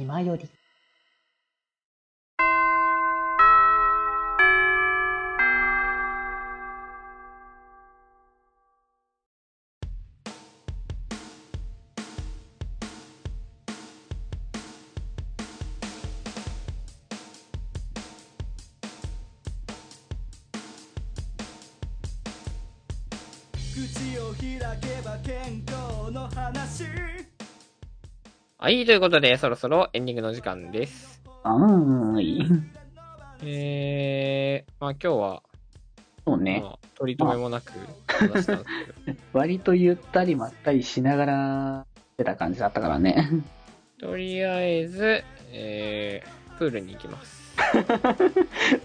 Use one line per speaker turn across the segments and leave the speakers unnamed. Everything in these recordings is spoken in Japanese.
きまより
口を開けば健康の話
はい、ということで、そろそろエンディングの時間です。
あーい。
えー、まあ今日は、
そうね。
まあ、取り留めもなく話したんですけど、
割とゆったりまったりしながら、ってた感じだったからね。
とりあえず、えー、プールに行 きます。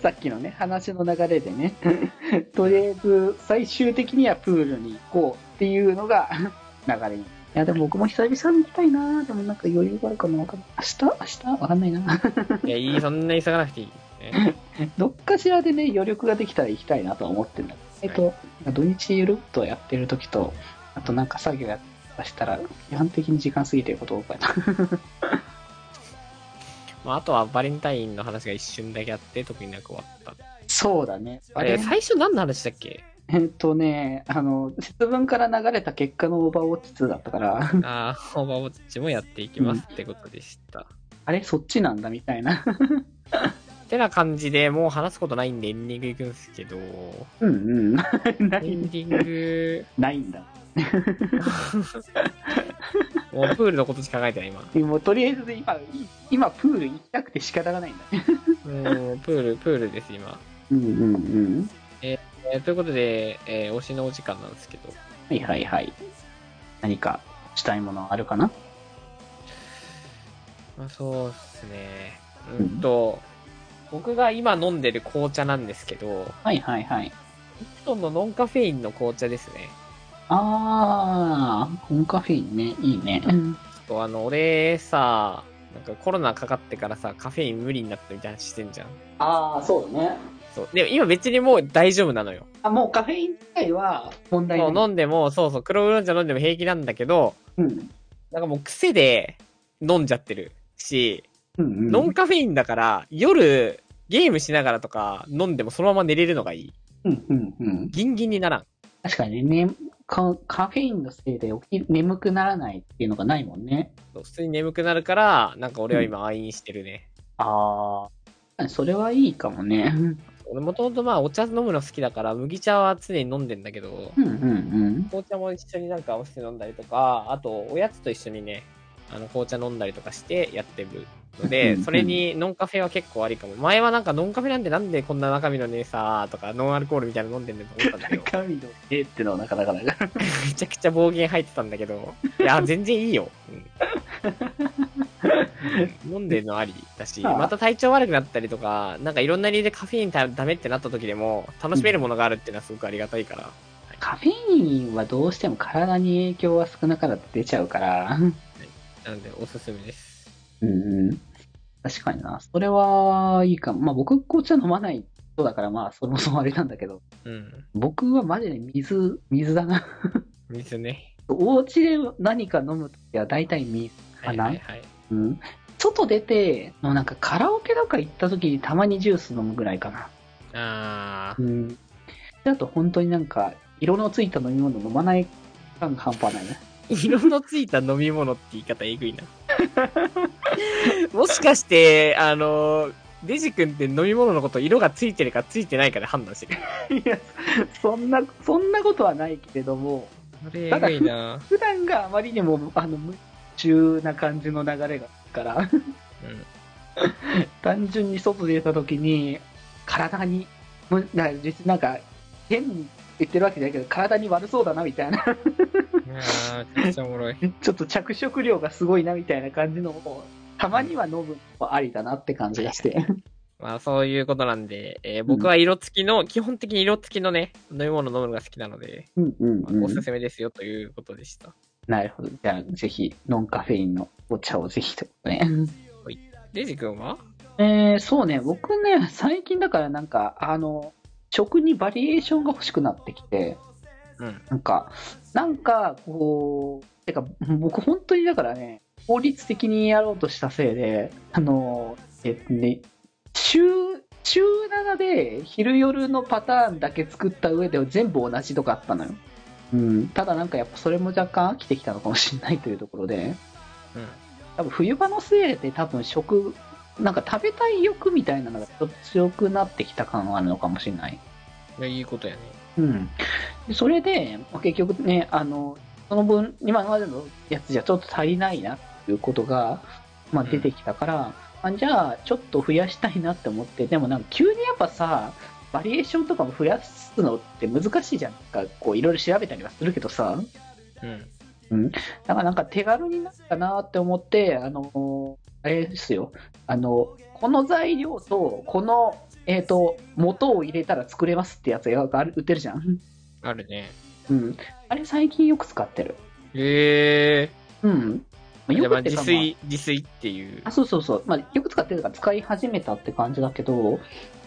さっきのね、話の流れでね。 とりあえず、最終的にはプールに行こうっていうのが 流れに。いや、でも僕も久々に行きたいなでもなんか余裕があるかなわかんない。明日明日わかんないな
いや、いい、そんなに急がなくていいですね。
どっかしらでね、余力ができたら行きたいなとは思ってんだけど。えっと、土日ゆるっとやってる時と、あとなんか作業やしたら、基本的に時間過ぎてることが多いな。
まああとはバレンタインの話が一瞬だけあって、特になく終わっ
そうだね。
た。
あ
え
れ
ー、最初何の話だっけ
えっとね、あの、節分から流れた結果のオーバーウォッチ2だったから、
あー、オーバーウォッチもやっていきますってことでした。
あれそっちなんだみたいな。
てな感じで、もう話すことないんでエンディング行くんですけど、エ
うんうん。な
ン
い、
ディング、
ないんだ。
もうプールのことしか考えてない今。
もうとりあえず今、今プール行きたくて仕方がないんだね。
もうプール、プールです今。
うんうんうん。
えーということで、えー推しのお時間なんですけど、
はいはいはい。何かしたいものあるかな
まあ、そうですね。うんと、僕が今飲んでる紅茶なんですけど、
はいはいはい。
リプトンのノンカフェインの紅茶ですね。
あー、コンカフェインね。いいね。
ちょっとあの、俺さ、なんかコロナかかってからさ、カフェイン無理になったみたいな話してんじゃん。
あー、そうだね。
そう。でも今別にもう大丈夫なのよ。
あ、もうカフェイン自体は問題
そ
な
う、
い。
飲んでも、そうそう、黒ウーロン茶飲んでも平気なんだけど、
うん。
なんかもう癖で飲んじゃってるし、
うんうん。
ノンカフェインだから、夜、ゲームしながらとか飲んでもそのまま寝れるのがいい。
うんうんうん。
ギンギンにならん。
確かにね、カカフェインのせいで起き眠くならないっていうのがないもんね。
そう普通に眠くなるから、なんか俺は今愛飲してるね。
ああ。それはいいかもね。
俺もともとまあお茶飲むの好きだから、麦茶は常に飲んでんだけど、
うんうんうん。
紅茶も一緒になんか合わせて飲んだりとか、あとおやつと一緒にね、あの紅茶飲んだりとかしてやってるの
う
で、
んうん
それにノンカフェは結構ありかも。前はなんかノンカフェなんでなんでこんな中身のねさーとか、ノンアルコールみたいなの飲んでんねんと思ったんだけど、
神の絵ってのはなかなかだから。
めちゃくちゃ暴言入ってたんだけど、い や、全然いいよ。うん飲んでるのありだし、
ああ
また体調悪くなったりとか、なんかいろんな理由でカフェインダメってなった時でも、楽しめるものがあるっていうのはすごくありがたいから。
カフェインはどうしても体に影響は少なからず出ちゃうから。
なので、おすすめです。
うんうん。確かにな。それはいいかも。まあ僕、紅茶飲まない人だから、まあそもそもあれなんだけど、
うん。
僕はマジで水、水だな。
水ね。
お家で何か飲むときは大体水。
はい
あ
は
ない
いはい。
うん、外出て、もうなんかカラオケとか行った時にたまにジュース飲むぐらいかな。
あ
うん。だと本当になんか、色のついた飲み物飲まない感が半端ないね。
ー、色のついた飲み物って言い方えぐいな。もしかして、あの、デジ君って飲み物のこと色がついてるかついてないかで判断して る。
いや、そんな、そんなことはないけれども、
それえぐいな
普段があまりにも、あの、夢中な感じの流れがあるから、
うん。
単純に外出た時に、体に、むな実になんか、変に言ってるわけじゃないけど、体に悪そうだなみたいな。
いやーめちゃくちゃおもろ い。
ちょっと着色料がすごいなみたいな感じのを、たまには飲むのもありだなって感じがして。
まあそういうことなんで、えー僕は色付きの、基本的に色付きのね、飲み物飲むのが好きなので、
うんうん
まあおすすめですよということでした。
なるほど。じゃあ、ぜひ、ノンカフェインのお茶をぜひとね。
デジ君は
えー、そうね、僕ね、最近だからなんか、あの、食にバリエーションが欲しくなってきて、
うん。
なんか、なんか、こう、てか、僕本当にだからね、効率的にやろうとしたせいで、あの、えっとね、週、週7で昼夜のパターンだけ作った上で全部同じとかあったのよ。うん、ただなんかやっぱそれも若干飽きてきたのかもしれないというところで、
うん
多分冬場のせいで多分食、なんか食べたい欲みたいなのがちょっと強くなってきた感はあるのかもしれない。
いやいいことやね。
うん、でそれで、まあ結局ね、あの、その分、今までのやつじゃちょっと足りないなっていうことが、まあ、
うん
出てきたから、あじゃあ、ちょっと増やしたいなって思って、でもなんか急にやっぱさ、バリエーションとかも増やすのって難しいじゃんなんか、こういろいろ調べたりはするけどさ、
うん。
だからなんか手軽になったなって思って、あの、あれですよ、あの、この材料と、この、えっ、と、元を入れたら作れますってやつがある売ってるじゃん。
あるね。
うん。あれ最近よく使ってる。
へ
うん。
え。じゃあまあ
ってか
自
まあ
炊、自炊っていう
あ、。そうそうそう。まあ、よく使ってるから使い始めたって感じだけど、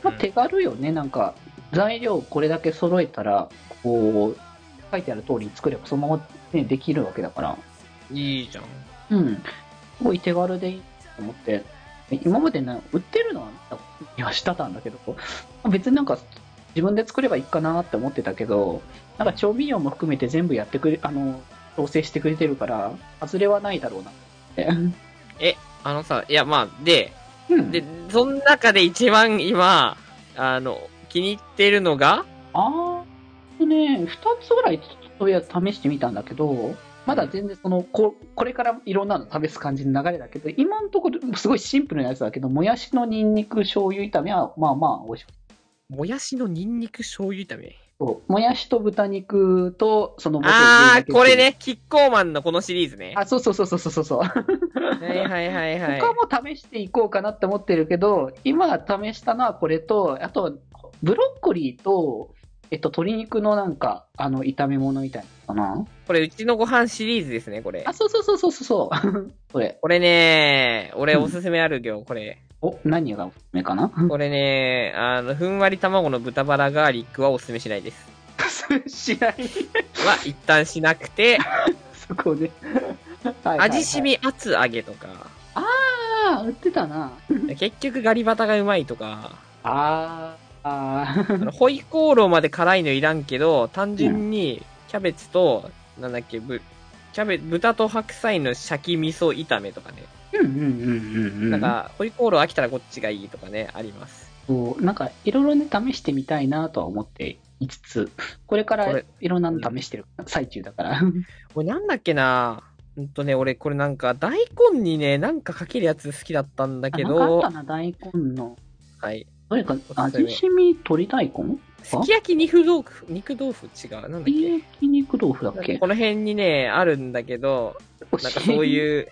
まあ、
うん
手軽よね。なんか、材料これだけ揃えたら、こう、書いてある通りに作ればそのまま、ね、できるわけだから。
いいじゃん。
うん。すごい手軽でいいと思って。今までな、売ってるのは、いや、してたんだけど、別になんか、自分で作ればいいかなって思ってたけど、なんか調味料も含めて全部やってくれ、あの、調整してくれてるから、外れはないだろうなって。
あのさ、いやまあ、で、
うん。
で、その中で一番今、あの、気に入ってるのが、
あーとね、2つぐらいちょっといや試してみたんだけど、まだ全然そのこ、これからいろんなの試す感じの流れだけど、今のところすごいシンプルなやつだけど、もやしのニンニク醤油炒めは、まあまあ美味しかった
もやしのニンニク醤油炒め。
そうもやしと豚肉と、その
あー、これ
ね。
ね、キッコーマンのこのシリーズね。は
あ、そうそうそうそうそうそう。
いはいはいはい。
他も試していこうかなって思ってるけど、今試したのはこれと、あと、ブロッコリーと、えっと、鶏肉のなんか、あの、炒め物みたいなのかな
これ、うちのご飯シリーズですね、これ
あ、。そうそうそうそうそうそう。それ。
これね、俺
うん
おすすめあるよ、これ。
お、何がおすすめかな
これね、あの、ふんわり卵の豚バラガーリックはおすすめしないです。
知らん。
は、一旦しなくて、
そこで。はいはいはい
味し。み厚揚げとか、
ああ、売ってたな。
結局ガリバタがうまいとか、
ああ、あ
あのホイコーローまで辛いのいらんけど、単純にキャベツと、なんだっけ、ぶ、キャベ、豚と白菜のシャキ味噌炒めとかね。
ー。 うんうんうんうんうん。
なんか、ホイコーロー飽きたらこっちがいいとかね、あります。
そう、なんかいろいろね、試してみたいなとは思っていつつ、これか
こ
ら
れ
いろんなの試してる最中だから。
これなんだっけなうんとね、俺これなんか大根にね、なんかかけるやつ好きだったんだけ
あなん
ど
かあっ、たな、大根の。
はい。
どれか
す、すめ
味しみ鶏大根
すき焼き肉豆腐、肉豆腐違う。なんだっ
い
け
焼き肉豆腐だっけ
この辺にね、あるんだけど、なんかそう
う。
いう、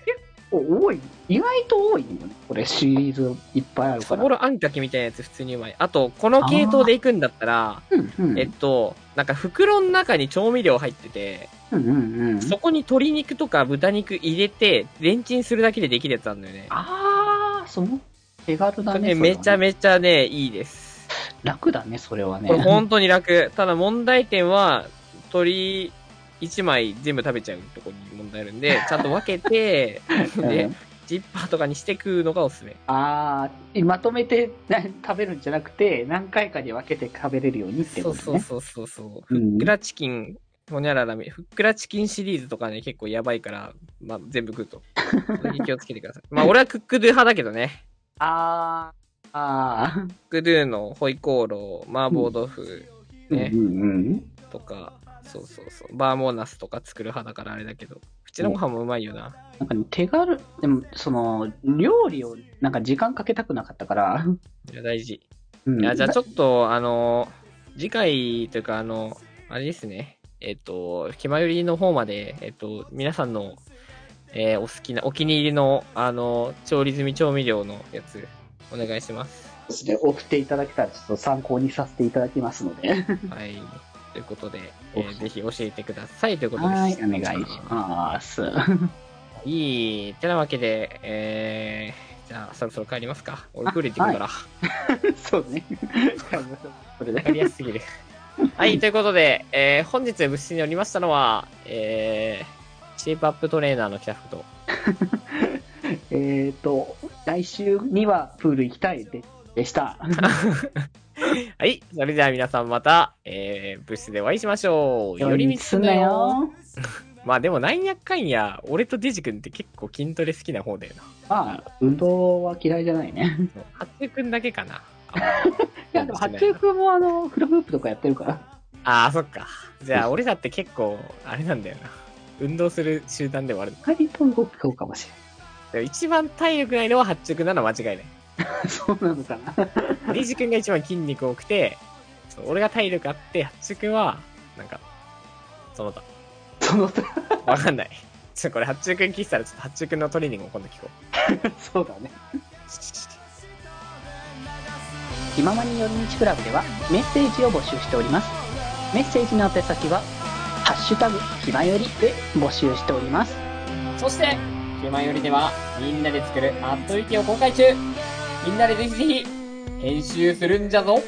多い。意外と多いよね。これシリーズいっぱいある
そ
から。
ぼろあんかけみたいなやつ普通にうまい。あと、この系統で行くんだったら、
うんうん。
えっと、なんか袋の中に調味料入ってて、
うんうんうん。
そこに鶏肉とか豚肉入れて、レンチンするだけでできるやつあるんだよね。
あー、その手軽
こ
だ
れ
ね。
ね、めちゃ
ち
めちゃね、いいです。
ゃ楽だね、それはね
これ。本当に楽。ただ問題点は、鶏1枚全部食べちゃうとこに問題ある んで、ちゃんと分けて、
う
で
ん、
ジッパーとかにして食うのがおすすめ。
あー、まとめてな食べるんじゃなくて、何回かに分けて食べれるようにって
そ
こ
う
と
そう
ね。
そうそうそう。
う
ふ
ん
っくらチキン、ほにゃららめ、ふっくらチキンシリーズとかね、結構やばいから、まあ、全部食うと。それに気をつけてく ださい。まあ、俺はクックドゥ派だけどね。
あー、あ
クックドゥのホイコーロー、麻婆豆腐
ー、
ね
うんうんうん。
とか、そうそうそう、バーモナスとか作る派だからあれだけど、うちのご飯もうまいよな。
なんかね、手軽、でも、その、料理を、なんか時間かけたくなかったから。
いや、大事。
うん
いや、じゃあちょっと、あの、次回というか、あの、あれですね、えっ、と、気まよりの方まで、えっ、と、皆さんの、えーお好きな、お気に入りの、あの、調理済み調味料のやつ、お願い します。
そうですね、送っていただけたら、ちょっと参考にさせていただきますので。
はい。ということで、え
お
ーぜひ教えてくださいということです。
はい、お願いします。
す。いい。てなわけで、えー、じゃあ、そろそろ帰りますか。俺、プール行ってくるから。
そうね。じゃあそれ
わかり
で。
やすすぎる。はい、ということで、えー本日部室におりましたのは、えー、シェイプアップトレーナーの北福と、
えっ、と、来週にはプール行きたいででした。
はい。それでは皆さんまた、えー、部室でお会いしましょう。 寄り道すんなよ。。まあでもなんやかんや、俺とデジ君って結構筋トレ好きな方だよな。
まあ、運動は嫌いじゃないね。
八中君だけかな。
いや、でも、八中君もあの、フルフープとかやってるから。
ああ、そっか。じゃあ俺だって結構、あれなんだよな。運動する集団ではある。
割と動くかもし
でも一番体力ないのは八中君なのは間違いない。
れない。 そうなのかな。
デジ君が一番筋肉多くて、そう俺が体力あって、八中君は、なんか、その他。
その、
わかんない。ちょ、これ八中君聞いてたら、ちょっと八中君のトレーニングを今度聞こう。
そうだね。気ままに寄り道クラブではメッセージを募集しておりますメッセージの宛先は「ハッシュタグひまより」で募集しております
そして、ヒューマンよりでは、みんなで作るアットウィキを公開中みんなでぜひぜひ、編集するんじゃぞ